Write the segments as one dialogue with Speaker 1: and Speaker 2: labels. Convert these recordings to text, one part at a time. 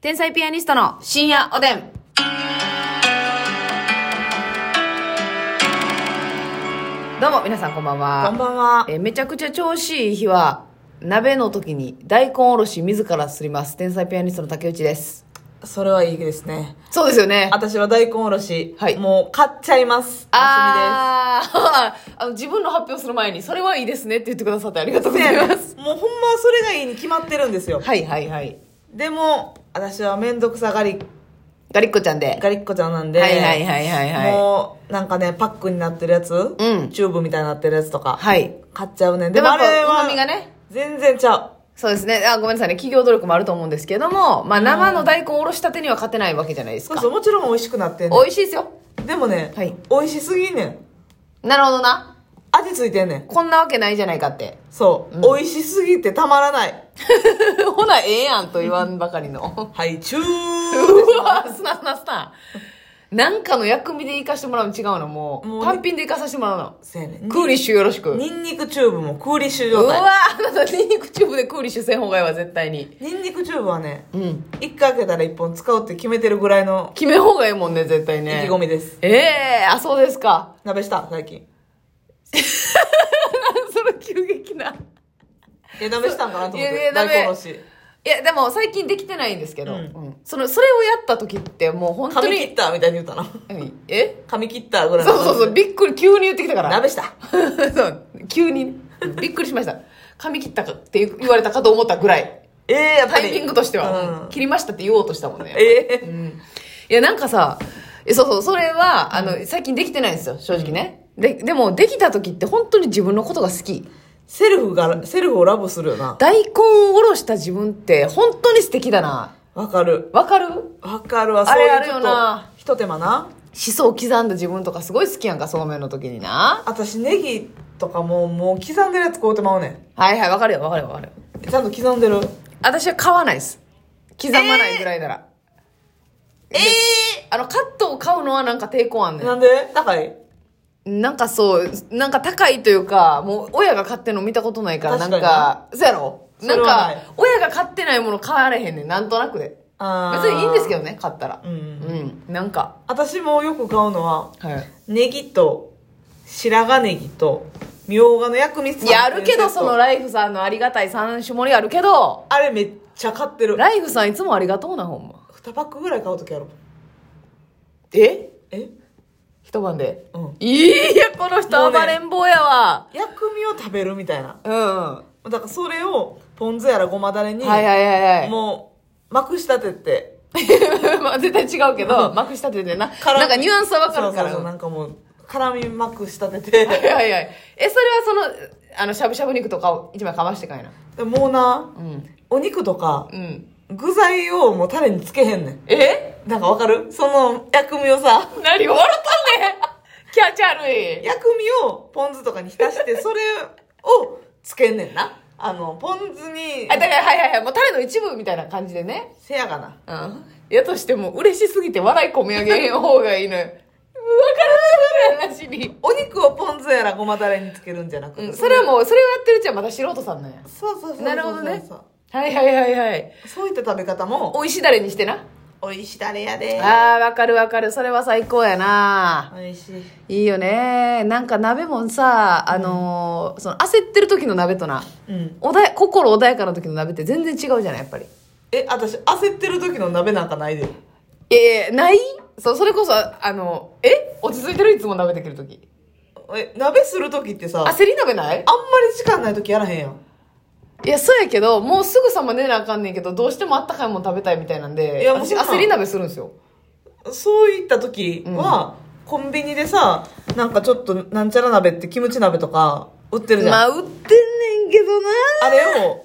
Speaker 1: 天才ピアニストの深夜おでん。どうも、皆さんこんばんは。
Speaker 2: こんばんは。
Speaker 1: えーめちゃくちゃ調子いい日は、鍋の時に大根おろし自らすります。天才ピアニストの竹内です。
Speaker 2: それはいいですね。
Speaker 1: そうですよね。
Speaker 2: 私は大根おろし、
Speaker 1: はい
Speaker 2: もう買っちゃいます。あ
Speaker 1: あー あの自分の発表する前に、それはいいですねって言ってくださってありがとう
Speaker 2: す
Speaker 1: ご
Speaker 2: み
Speaker 1: ざ
Speaker 2: で
Speaker 1: いま
Speaker 2: す。
Speaker 1: す。
Speaker 2: せやねんもうほんまはそれがいいに決まってるんですよ。
Speaker 1: はいはいはい。
Speaker 2: でも、私はめんどくさがり、
Speaker 1: ガリッコちゃんで。
Speaker 2: がりっこちゃんなんで、
Speaker 1: はいはいはいはいはい
Speaker 2: もう、なんかね、パックになってるやつ、
Speaker 1: ん
Speaker 2: チューブみたいになってるやつとか、
Speaker 1: はい。
Speaker 2: 買っちゃうねん。
Speaker 1: でも、
Speaker 2: あ
Speaker 1: あ
Speaker 2: れ
Speaker 1: れ
Speaker 2: は、
Speaker 1: 旨味がね。
Speaker 2: 全然ちゃう。
Speaker 1: そうですね。あ、ごめんなさいね。企業努力もあると思うんですけども、まあ、生の大根おろしたてには勝てないわけじゃないです
Speaker 2: そう
Speaker 1: か
Speaker 2: そ。う、もちろん美味しくなってんね
Speaker 1: 美味しいですよ。
Speaker 2: ん。でもね、
Speaker 1: はい
Speaker 2: 美味しすぎんねん。
Speaker 1: なるほどな。
Speaker 2: 味ついてんねん。
Speaker 1: こんなわけないじゃないかって。
Speaker 2: そう、美味しすぎてたまらない。
Speaker 1: ほな、ええやんと言わんばかりの。
Speaker 2: はい、チュー
Speaker 1: うわ、すなすなすな。なんかの薬味で行かしてもらうの違うのも
Speaker 2: も
Speaker 1: う、
Speaker 2: うね
Speaker 1: 単品で行かさせてもらうの。
Speaker 2: せやね
Speaker 1: クーリッシュよろしく。
Speaker 2: ニンニクチューブもクーリッシュ
Speaker 1: う
Speaker 2: 状
Speaker 1: わ
Speaker 2: 態。
Speaker 1: あなたニンニクチューブでクーリッシュせん方がいいわ、絶対に。
Speaker 2: ニンニクチューブはね、
Speaker 1: うん。
Speaker 2: 一回開けたら一本使うって決めてるぐらいの
Speaker 1: 決めん方がいいもんね、絶対
Speaker 2: 意気
Speaker 1: ね。
Speaker 2: 込みです。
Speaker 1: ええあ、そうですか。
Speaker 2: 鍋した、最近。
Speaker 1: その急激な。
Speaker 2: いや、鍋したんかなと思っ
Speaker 1: いやいや
Speaker 2: て。
Speaker 1: 鍋
Speaker 2: 大根おろし。
Speaker 1: いや、でも最近できてないんですけど、
Speaker 2: うん
Speaker 1: うんその、それをやった時ってもう本当
Speaker 2: 噛み切
Speaker 1: に、
Speaker 2: ったみたいに言った な。
Speaker 1: うんえ
Speaker 2: 噛み切ったぐらい
Speaker 1: そ
Speaker 2: の。
Speaker 1: うそうそう、びっくり、急に言ってきたから。
Speaker 2: 鍋した。
Speaker 1: そう、急にね、びっくりしました。噛み切ったかって言われたかと思ったぐらい。
Speaker 2: ええやっぱ
Speaker 1: タ
Speaker 2: り。
Speaker 1: イミングとしては、
Speaker 2: うん
Speaker 1: 切りましたって言おうとしたもんね。
Speaker 2: ええ
Speaker 1: いや、なんかさ、えそうそう、それは、あの、最近できてないんですよ、正直ね。で、でも、できた時って本当に自分のことが好き。
Speaker 2: セルフが、セルフをラブするよな。
Speaker 1: 大根をおろした自分って本当に素敵だな。
Speaker 2: わかる。
Speaker 1: わかる思
Speaker 2: わかるわ、
Speaker 1: あ
Speaker 2: そう
Speaker 1: れ
Speaker 2: い
Speaker 1: あ
Speaker 2: う
Speaker 1: る
Speaker 2: ち
Speaker 1: よ
Speaker 2: ょっ
Speaker 1: な
Speaker 2: と、ひと手間な。
Speaker 1: 想刻んだ自分とかすごい好きやんか、そうめんの時にな。
Speaker 2: 私、ネギとかも、もう刻んでるやつこうてまうねん。
Speaker 1: はいはい、わかるよ、わかるよ、わかるよ。
Speaker 2: ちゃんと刻んでる。
Speaker 1: 私は買わないです。刻まないぐらいなら。
Speaker 2: ええ
Speaker 1: あの、カットを買うのはなんか抵抗あんねん。
Speaker 2: なんで高い
Speaker 1: なんかそう、なんか高いというか、もう親が買ってんの見たことないから、なん
Speaker 2: 確かに
Speaker 1: か、そうやろ
Speaker 2: それ
Speaker 1: な
Speaker 2: は
Speaker 1: ん
Speaker 2: ない
Speaker 1: か、親が買ってないもの買われへんねん、なんとなくで。
Speaker 2: あー
Speaker 1: 別にいいんですけどね、買ったら。
Speaker 2: うん
Speaker 1: うん、なんか。
Speaker 2: 私もよく買うのは
Speaker 1: はい。
Speaker 2: ネギと白髪ネギとみょうがの薬味
Speaker 1: いや、あるけど、その
Speaker 2: ラ
Speaker 1: ライフさんのありがたい三種盛りあるけど、
Speaker 2: あれめっちゃ買ってる
Speaker 1: ライフさんいつもありがとうな、ほんま。
Speaker 2: 2パックぐらい買う時ある
Speaker 1: え
Speaker 2: え
Speaker 1: 一晩で。
Speaker 2: うん
Speaker 1: いや、この人
Speaker 2: もうね
Speaker 1: 暴れん坊やわ。
Speaker 2: 薬味を食べるみたいな
Speaker 1: うん。は
Speaker 2: だからそれをポン酢やらごまだれに、
Speaker 1: いはいはいはい。
Speaker 2: もうまくし立てて
Speaker 1: まあ絶対違うけど、まくし立ててな。
Speaker 2: 絡む
Speaker 1: なんかニュアンスはわかるから。
Speaker 2: そうそうそうなんかもう辛みまくし立て
Speaker 1: はい
Speaker 2: て
Speaker 1: はいはい。え、それはその、あの、しゃぶしゃぶ肉とかを一枚かましてかいな。
Speaker 2: でもうな
Speaker 1: うん。
Speaker 2: お肉とか
Speaker 1: うん。
Speaker 2: 具材をもうタレにつけへんねん
Speaker 1: え
Speaker 2: なんかわかるその薬味をさ
Speaker 1: 何笑ったんねんキャッチャーい。
Speaker 2: 薬味をポン酢とかに浸して、それをつけんねんな。あの、ポン酢に
Speaker 1: あ、、だから、はいはいはい。もうタレの一部みたいな感じでね。
Speaker 2: せやがな。
Speaker 1: うん。やとしても、嬉しすぎて笑い込み上げん方がいいのよ。わかる話に。
Speaker 2: お肉をポン酢やらごまだれにつけるんじゃなくて。
Speaker 1: うん。それはもう、それをやってるうちはまた素人さんなんや。
Speaker 2: そうそうそうそう。
Speaker 1: なるほどね
Speaker 2: そう
Speaker 1: はいはいはいはい。
Speaker 2: そういった食べ方も、
Speaker 1: おいしだれにしてな。
Speaker 2: おいしだれやで。
Speaker 1: あー、わかるわかる。それは最高やな
Speaker 2: おいしい。
Speaker 1: いいよねなんか鍋もさあのーその焦ってる時の鍋とな
Speaker 2: うん。
Speaker 1: おだや心穏やかな時の鍋って全然違うじゃないやっぱり
Speaker 2: え、私、焦ってる時の鍋なんかないで。
Speaker 1: いやいやないそうそれこそあのえ落ち着いてるいつも鍋できる時
Speaker 2: え、鍋する時ってさ、あんまり
Speaker 1: 焦り鍋ない
Speaker 2: 時間ない時やらへんやん。
Speaker 1: いやそうやけどもうすぐさま寝なあかんねんけどどうしてもあったかいもん食べたいみたいなんで
Speaker 2: いやもう
Speaker 1: 私
Speaker 2: そんなん
Speaker 1: 焦り鍋するんですよ
Speaker 2: そういった時は、コンビニでさ、なんかちょっとなんちゃら鍋ってキムチ鍋とか売ってるじゃん。
Speaker 1: まあ売ってんねんけどな
Speaker 2: あれを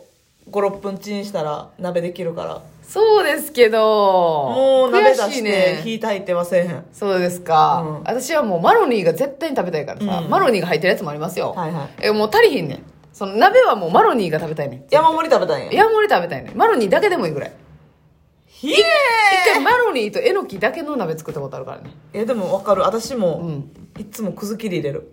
Speaker 2: 56分チンしたら鍋できるから
Speaker 1: そうですけど
Speaker 2: もう鍋出
Speaker 1: 悔しい
Speaker 2: して
Speaker 1: ね
Speaker 2: 火炊いてはせえへん
Speaker 1: そうですか、
Speaker 2: うん
Speaker 1: 私はもうマロニーが絶対に食べたいからさ、
Speaker 2: うん
Speaker 1: マロニーが入ってるやつもありますよ、
Speaker 2: はいはい
Speaker 1: えもう足りひんねんその鍋はもうマロニーが食べたいね
Speaker 2: 山盛り食べたんや
Speaker 1: ん山盛り食べたいねんマロニーだけでもいいぐらい
Speaker 2: ひえ
Speaker 1: 一回マロニーとえのきだけの鍋作ったことあるからね
Speaker 2: えでも分かる私
Speaker 1: う
Speaker 2: も
Speaker 1: ん
Speaker 2: いつもくず切り入れる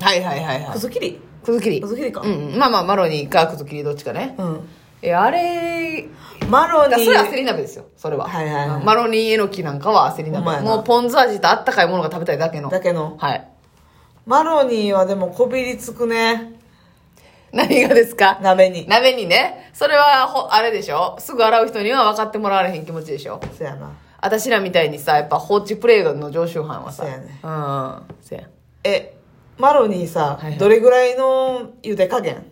Speaker 1: はいはいはいは
Speaker 2: く
Speaker 1: い
Speaker 2: ず切り
Speaker 1: くずきり
Speaker 2: くず切りか
Speaker 1: うんうんまあまあマロニーかくずきりどっちかね
Speaker 2: うん
Speaker 1: いえ、あれ、
Speaker 2: マロ
Speaker 1: だから
Speaker 2: ニ
Speaker 1: それは焦
Speaker 2: ー。
Speaker 1: り鍋ですよ、それは。
Speaker 2: はいはいはい
Speaker 1: うんマロニーエノキなんかは焦り
Speaker 2: ほんま
Speaker 1: 鍋。
Speaker 2: やな
Speaker 1: もうポン酢味とあったかいものが食べたいだけの。
Speaker 2: だけの。
Speaker 1: はい。
Speaker 2: マロニーはでもこびりつくね。
Speaker 1: 何がですか
Speaker 2: 鍋に。
Speaker 1: 鍋にね。それは、ほあれでしょすぐ洗う人には分かってもらわれへん気持ちでしょ
Speaker 2: そうやな。
Speaker 1: 私らみたいにさ、やっぱ放置プレイの常習犯はさ。
Speaker 2: そうやね
Speaker 1: うん。そうや。
Speaker 2: え、マロニー
Speaker 1: は
Speaker 2: さ、
Speaker 1: いはい
Speaker 2: どれぐらいの茹で加減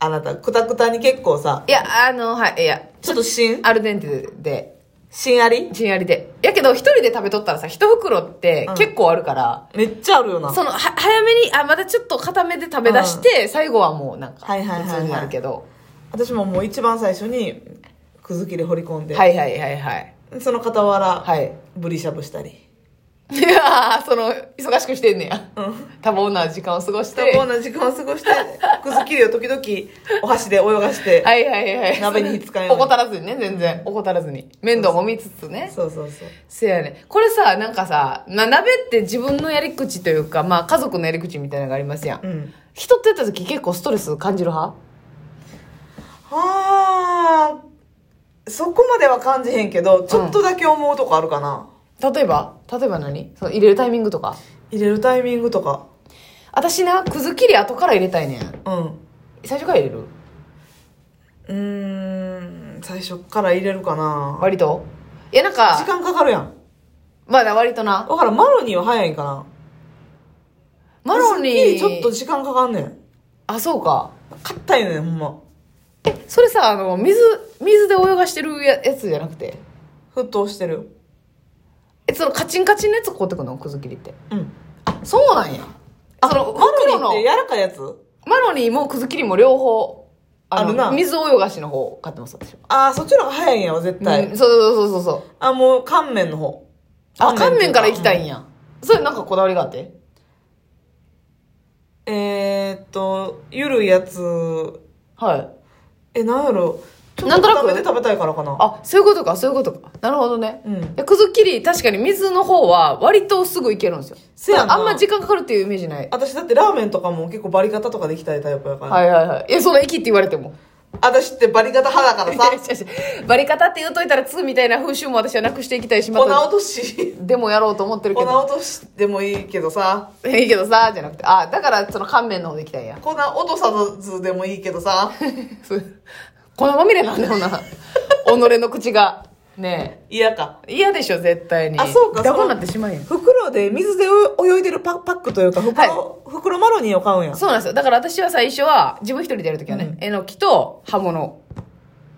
Speaker 2: あなた、くたくたに結構さ、
Speaker 1: いや、あの、はい、いや、
Speaker 2: ちょっと芯
Speaker 1: アルデンテで、
Speaker 2: 芯あり
Speaker 1: チンありで。やけど、一人で食べとったらさ、一袋って
Speaker 2: うん
Speaker 1: 結構あるから、
Speaker 2: めっちゃあるよな。
Speaker 1: その、は、早めに、あ、まだちょっと固めで食べ出して、最後はもうなんか、
Speaker 2: はいはいはいはい
Speaker 1: 普通になるけど。
Speaker 2: 私ももう一番最初に、くず切り掘り込んで、
Speaker 1: はいはいはいはい。
Speaker 2: その傍ら、
Speaker 1: はい。
Speaker 2: ぶりしゃぶしたり。
Speaker 1: いやー、その、忙しくしてんねや。
Speaker 2: うん。
Speaker 1: 多忙な時間を過ごし
Speaker 2: 多忙
Speaker 1: て。
Speaker 2: な時間を過ごして、 くず切りを時々お箸で泳がし て、
Speaker 1: はいはいはい。
Speaker 2: 鍋に火使うように
Speaker 1: 怠らずにね、全然。怠らずに。面倒も見つつね。
Speaker 2: そうそうそう。
Speaker 1: せやね。これさ、なんかさ、な鍋って自分のやり口というか、まあ家族のやり口みたいなのがありますやん。
Speaker 2: うん。
Speaker 1: 人とやった時結構ストレス感じる派
Speaker 2: はあ、そこまでは感じへんけど、ちょっとだけ思うとこあるかな。
Speaker 1: 例えば例えば何その入れるタイミングとか
Speaker 2: 入れるタイミングとか。
Speaker 1: 私なくず切り後から入れたいねん
Speaker 2: うん。
Speaker 1: 最初から入れる
Speaker 2: うーん、最初から入れるかな。
Speaker 1: 割といやなん
Speaker 2: 時
Speaker 1: か
Speaker 2: 間かかるやん。
Speaker 1: まだ割とな
Speaker 2: だからマロニーは早いんかな。
Speaker 1: マロニー
Speaker 2: ちょっと時間かかんねん。
Speaker 1: あそうか
Speaker 2: 硬いねん、ほんま。
Speaker 1: えそれさあの水水で泳がしてるややつじゃなくて
Speaker 2: 沸騰してる。
Speaker 1: えそのカチンカチンのやつ凍ってくのくず切りって
Speaker 2: うん。
Speaker 1: あそうなんやあその
Speaker 2: マロニ
Speaker 1: 袋
Speaker 2: ーっ
Speaker 1: の
Speaker 2: て柔らかいやつ
Speaker 1: マロニーもくず切りも両方の
Speaker 2: あるな
Speaker 1: 水泳がしの方買ってます私は、
Speaker 2: ああ、そっちの方が早いんやわ、絶対。
Speaker 1: うんそうそうそうそう
Speaker 2: あ、もう乾麺の方。
Speaker 1: あ乾麺から行きた
Speaker 2: や。
Speaker 1: いんや、それなんかこだわりがあって
Speaker 2: うんえーっと、ゆるいやつ、
Speaker 1: はい
Speaker 2: え、なんやろ。ちょっ
Speaker 1: なん
Speaker 2: と
Speaker 1: となく
Speaker 2: 固めて食べたいからかな。
Speaker 1: あ、そういうことか、そういうことか。なるほどね。
Speaker 2: うん
Speaker 1: いやくず切り、確かに水の方は割とすぐいけるんですよ。
Speaker 2: せやな
Speaker 1: あんま時間かかるっていうイメージない。
Speaker 2: 私だってラーメンとかも結構バリカタとかできたいタイプやから。
Speaker 1: はいはいはい。え、その駅って言われても。
Speaker 2: 私ってバリカタ派だか ら
Speaker 1: いやい
Speaker 2: さ、
Speaker 1: やいやバリカタって言うといたら2みたいな風習も私はなくしていきたいし、ま
Speaker 2: 粉
Speaker 1: た
Speaker 2: 落とし。
Speaker 1: でもやろうと思ってる
Speaker 2: 粉
Speaker 1: けど。
Speaker 2: 落としでもいいけどさ
Speaker 1: いいけどさ、じゃなくて。あ、だからその乾麺の方でいきたいんや。
Speaker 2: 粉落とさずでもいいけどさ
Speaker 1: そう粉まみれなんだよな。己の口が。ね
Speaker 2: 嫌か
Speaker 1: え。嫌でしょ、絶対に。
Speaker 2: あそうか
Speaker 1: ダ
Speaker 2: そ
Speaker 1: ボ
Speaker 2: う
Speaker 1: になってしまうやん。
Speaker 2: 袋で水で泳いでるパパックというか袋,、袋マロニーを買うんや
Speaker 1: そうなんですよ。だから私は最初は、自分一人でやるときはね、えのきと刃物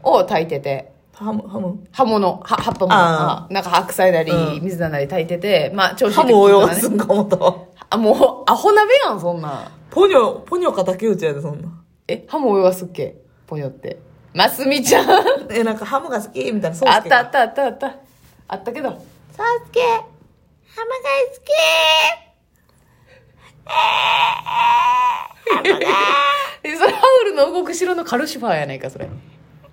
Speaker 1: を炊いてて、
Speaker 2: ハムハム
Speaker 1: 刃物、は葉っぱも、
Speaker 2: あ
Speaker 1: あなんか白菜なり、
Speaker 2: うん
Speaker 1: 水菜なり炊いてて、まあ、調子
Speaker 2: ハムを泳が
Speaker 1: ね
Speaker 2: すんか思ったわ
Speaker 1: あ、もう、アホ鍋やん、そんなん。
Speaker 2: ポニョポニョか竹内やでそんな
Speaker 1: え、ハム泳がすっけぽよって。ますみちゃん。あ
Speaker 2: えなんかハムが好きみたいなそう
Speaker 1: ったあったあったあった。あったけど。
Speaker 2: サスケハムが好き
Speaker 1: え、それハウルの動く城のカルシファーやないか、それ。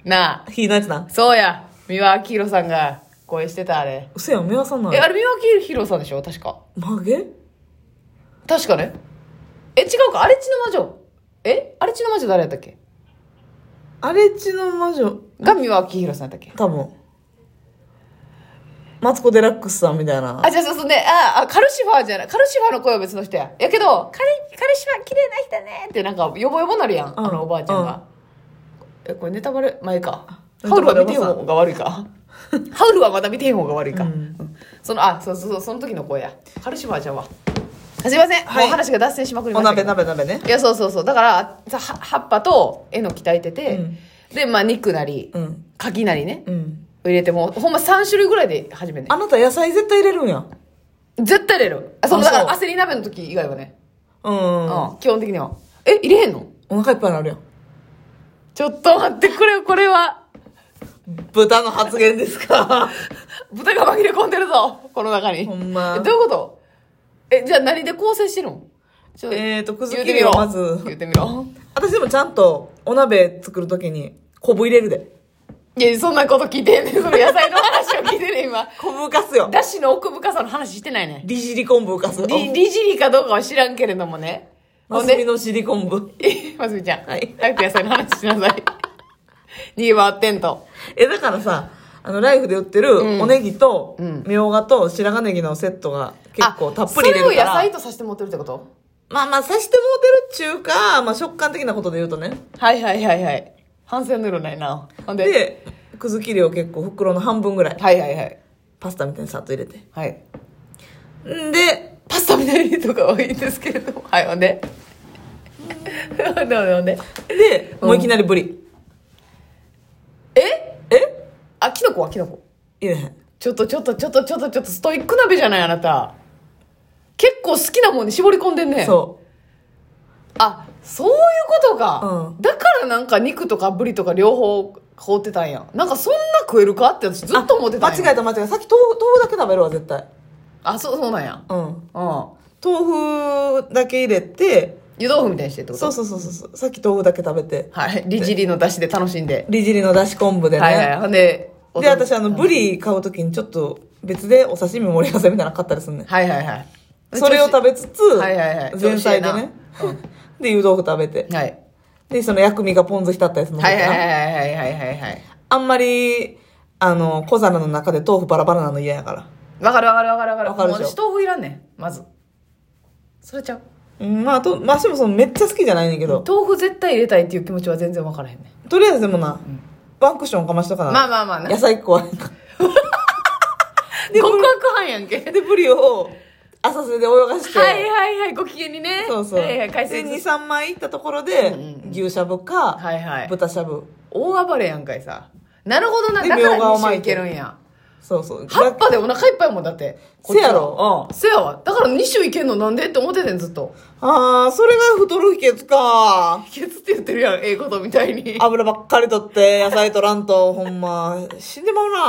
Speaker 1: なあ、
Speaker 2: 火のやつな
Speaker 1: そうや。三輪明宏さんが声してた、あれ。
Speaker 2: うせやん目はそんな
Speaker 1: え、あれ三輪明宏さんでしょ確か。
Speaker 2: 曲げ
Speaker 1: 確かね。え、違うか、荒地の魔女。え荒地の魔女誰やったっけ
Speaker 2: 荒れ地の魔女
Speaker 1: が三輪明宏さんやったっけ
Speaker 2: 多分マツコ・デラックスさんみたいな
Speaker 1: あ、じゃあそうそうね、あ、あカルシファーじゃない。カルシファーの声は別の人や。やけど、カルカルシファー綺麗な人ねってなんか、よぼよぼなるやん、
Speaker 2: ん
Speaker 1: あのおばあちゃんが。え、これネタバレ前か。
Speaker 2: ネ
Speaker 1: ハ
Speaker 2: タ
Speaker 1: ウル
Speaker 2: バ
Speaker 1: は
Speaker 2: レ
Speaker 1: 見てへん方が悪いか。 ハウルはまだ見てへん方が悪いか。
Speaker 2: うん
Speaker 1: うんその、あ、そうそうそう、その時の声や。カルシファーちゃんは。あすいません、
Speaker 2: はい
Speaker 1: もう話が脱線しまくりま
Speaker 2: お
Speaker 1: したけ
Speaker 2: 鍋
Speaker 1: ど。
Speaker 2: 鍋鍋ね
Speaker 1: いやそうそうそうだからさは葉っぱとえのき炊いてて、
Speaker 2: うん
Speaker 1: でまあ肉なり、
Speaker 2: うん
Speaker 1: 柿なりね、
Speaker 2: うん
Speaker 1: 入れてもうほんま3種類ぐらいで始めんね
Speaker 2: あなた野菜絶対入れるんや
Speaker 1: 絶対入れるあその
Speaker 2: あ
Speaker 1: だから
Speaker 2: そう
Speaker 1: 焦り鍋の時以外はね、
Speaker 2: うん、
Speaker 1: うん基本的にはえ入れへんの
Speaker 2: お腹いっぱいになるやん
Speaker 1: ちょっと待ってこれこれは
Speaker 2: 豚の発言です か
Speaker 1: 豚が紛れ込んでるぞこの中に
Speaker 2: ほんま
Speaker 1: えどういうことえじゃあ何で構成してるのちょっと
Speaker 2: えーとくず
Speaker 1: 言うて
Speaker 2: 切
Speaker 1: み
Speaker 2: りを
Speaker 1: ろ
Speaker 2: まず
Speaker 1: 言ってみろ
Speaker 2: 私でもちゃんとお鍋作るときに昆布入れるで
Speaker 1: いやそんなこと聞いてんねんその野菜の話を聞いてね今
Speaker 2: 昆布浮かすよ
Speaker 1: だしの奥深さの話してないね
Speaker 2: 利尻昆布浮かすよ
Speaker 1: り理事理かどうかは知らんけれどもね。
Speaker 2: マ
Speaker 1: ほん
Speaker 2: スミ
Speaker 1: で、
Speaker 2: の尻昆布
Speaker 1: えますみちゃん、
Speaker 2: はい
Speaker 1: 早く野菜の話しなさい。 逃げ回ってんと。
Speaker 2: え、だからさ、あの、ライフで売ってる、おネギと
Speaker 1: うん、
Speaker 2: みょうがと白髪ネギのセットが結構たっぷり入れ
Speaker 1: そ
Speaker 2: る
Speaker 1: れ
Speaker 2: か
Speaker 1: を野菜
Speaker 2: ら。
Speaker 1: とさして持ってるってこと
Speaker 2: まあまあ、さしてもうてるっちゅうか、まあ食感的なことで言うとね。
Speaker 1: はいはいはいはい。反省の色ないな。ほんで。
Speaker 2: で、くず切りを結構袋の半分ぐらい、
Speaker 1: はいはいはい。
Speaker 2: パスタみたいにさっと入れて。
Speaker 1: はい。
Speaker 2: んで、
Speaker 1: パスタみたいにとかはいいんですけれど も。はい、ほんで。ほんでほんでほんで。
Speaker 2: で、もういきなりブリ。
Speaker 1: え
Speaker 2: え
Speaker 1: あ、キノコはキノコ。
Speaker 2: 入れへん。
Speaker 1: ちょっとちょっとちょっとちょっとちょっとストイック鍋じゃないあなた。結構好きなもんに絞り込んでんね。う。
Speaker 2: そ
Speaker 1: あ、そういうことか。
Speaker 2: う
Speaker 1: だからなんか肉とかぶりとか両方凍ってたんや。なんかそんな食えるかって私
Speaker 2: う。
Speaker 1: ずっと思ってたん
Speaker 2: あ
Speaker 1: や。
Speaker 2: 間違えた間違えた。さっき豆腐、豆腐だけ食べるわ、絶対。
Speaker 1: あ、そう、そうなんや。
Speaker 2: うん。
Speaker 1: うん。
Speaker 2: 豆腐だけ入れて、
Speaker 1: 湯豆腐みたいにしてってこと
Speaker 2: そうそうそうそう。さっき豆腐だけ食べて、
Speaker 1: はい。リジリの出汁で楽しんで。
Speaker 2: リジリのだし昆布でね。
Speaker 1: はいはい。ほんで、
Speaker 2: で、私、あの、ブ
Speaker 1: リ。
Speaker 2: リ買うときにちょっと別でお刺身盛り合わせみたいなの買ったりすんねん。
Speaker 1: はいはいはい。
Speaker 2: それを食べつつ、
Speaker 1: はいはいはい
Speaker 2: 前菜でね。で、湯豆腐食べて。
Speaker 1: はい。
Speaker 2: で、その薬味がポン酢浸ったやつ飲んで
Speaker 1: はいはい
Speaker 2: た
Speaker 1: はい
Speaker 2: な。
Speaker 1: はいはいはいはい。
Speaker 2: あんまり、あの、小皿の中で豆腐バラバラなの嫌やから。
Speaker 1: わかるわかるわかるわかる。
Speaker 2: わかるでしょ
Speaker 1: もう私豆腐いらんねん。まず。それちゃう。
Speaker 2: うん、まあ、と、まあ、しもそのめっちゃ好きじゃないねんけど、
Speaker 1: 豆腐絶対入れたいっていう気持ちは全然わからへんねん。
Speaker 2: とりあえずでもな、ワンクッションかましとかな。
Speaker 1: まあまあまあな
Speaker 2: 野菜1個は。で
Speaker 1: 告白犯やんけ。
Speaker 2: で、ブリを浅瀬で泳がして。
Speaker 1: はいはいはい、ご機嫌にね。
Speaker 2: そうそう。
Speaker 1: はいはい、解
Speaker 2: で、2、
Speaker 1: 説。
Speaker 2: 3枚いったところで、牛しゃぶか、
Speaker 1: はいはい。
Speaker 2: 豚しゃぶ。
Speaker 1: 大暴れやんかいさ。なるほどな、
Speaker 2: で
Speaker 1: だから
Speaker 2: みょうがを
Speaker 1: 2
Speaker 2: 巻
Speaker 1: 種
Speaker 2: い
Speaker 1: い
Speaker 2: て
Speaker 1: けるんや。
Speaker 2: そうそう。
Speaker 1: 葉っぱでお腹いっぱいもんだって。こっ
Speaker 2: せ
Speaker 1: ちは
Speaker 2: や。ろ。うん。
Speaker 1: せやわ。だから2種いけんのなんでって思っててん、ずっと。
Speaker 2: あー、それが太る秘訣か。
Speaker 1: 秘訣って言ってるやん、ええことみたいに。
Speaker 2: 油ばっかりとって、野菜とらんと、ほんま、死んでまうな。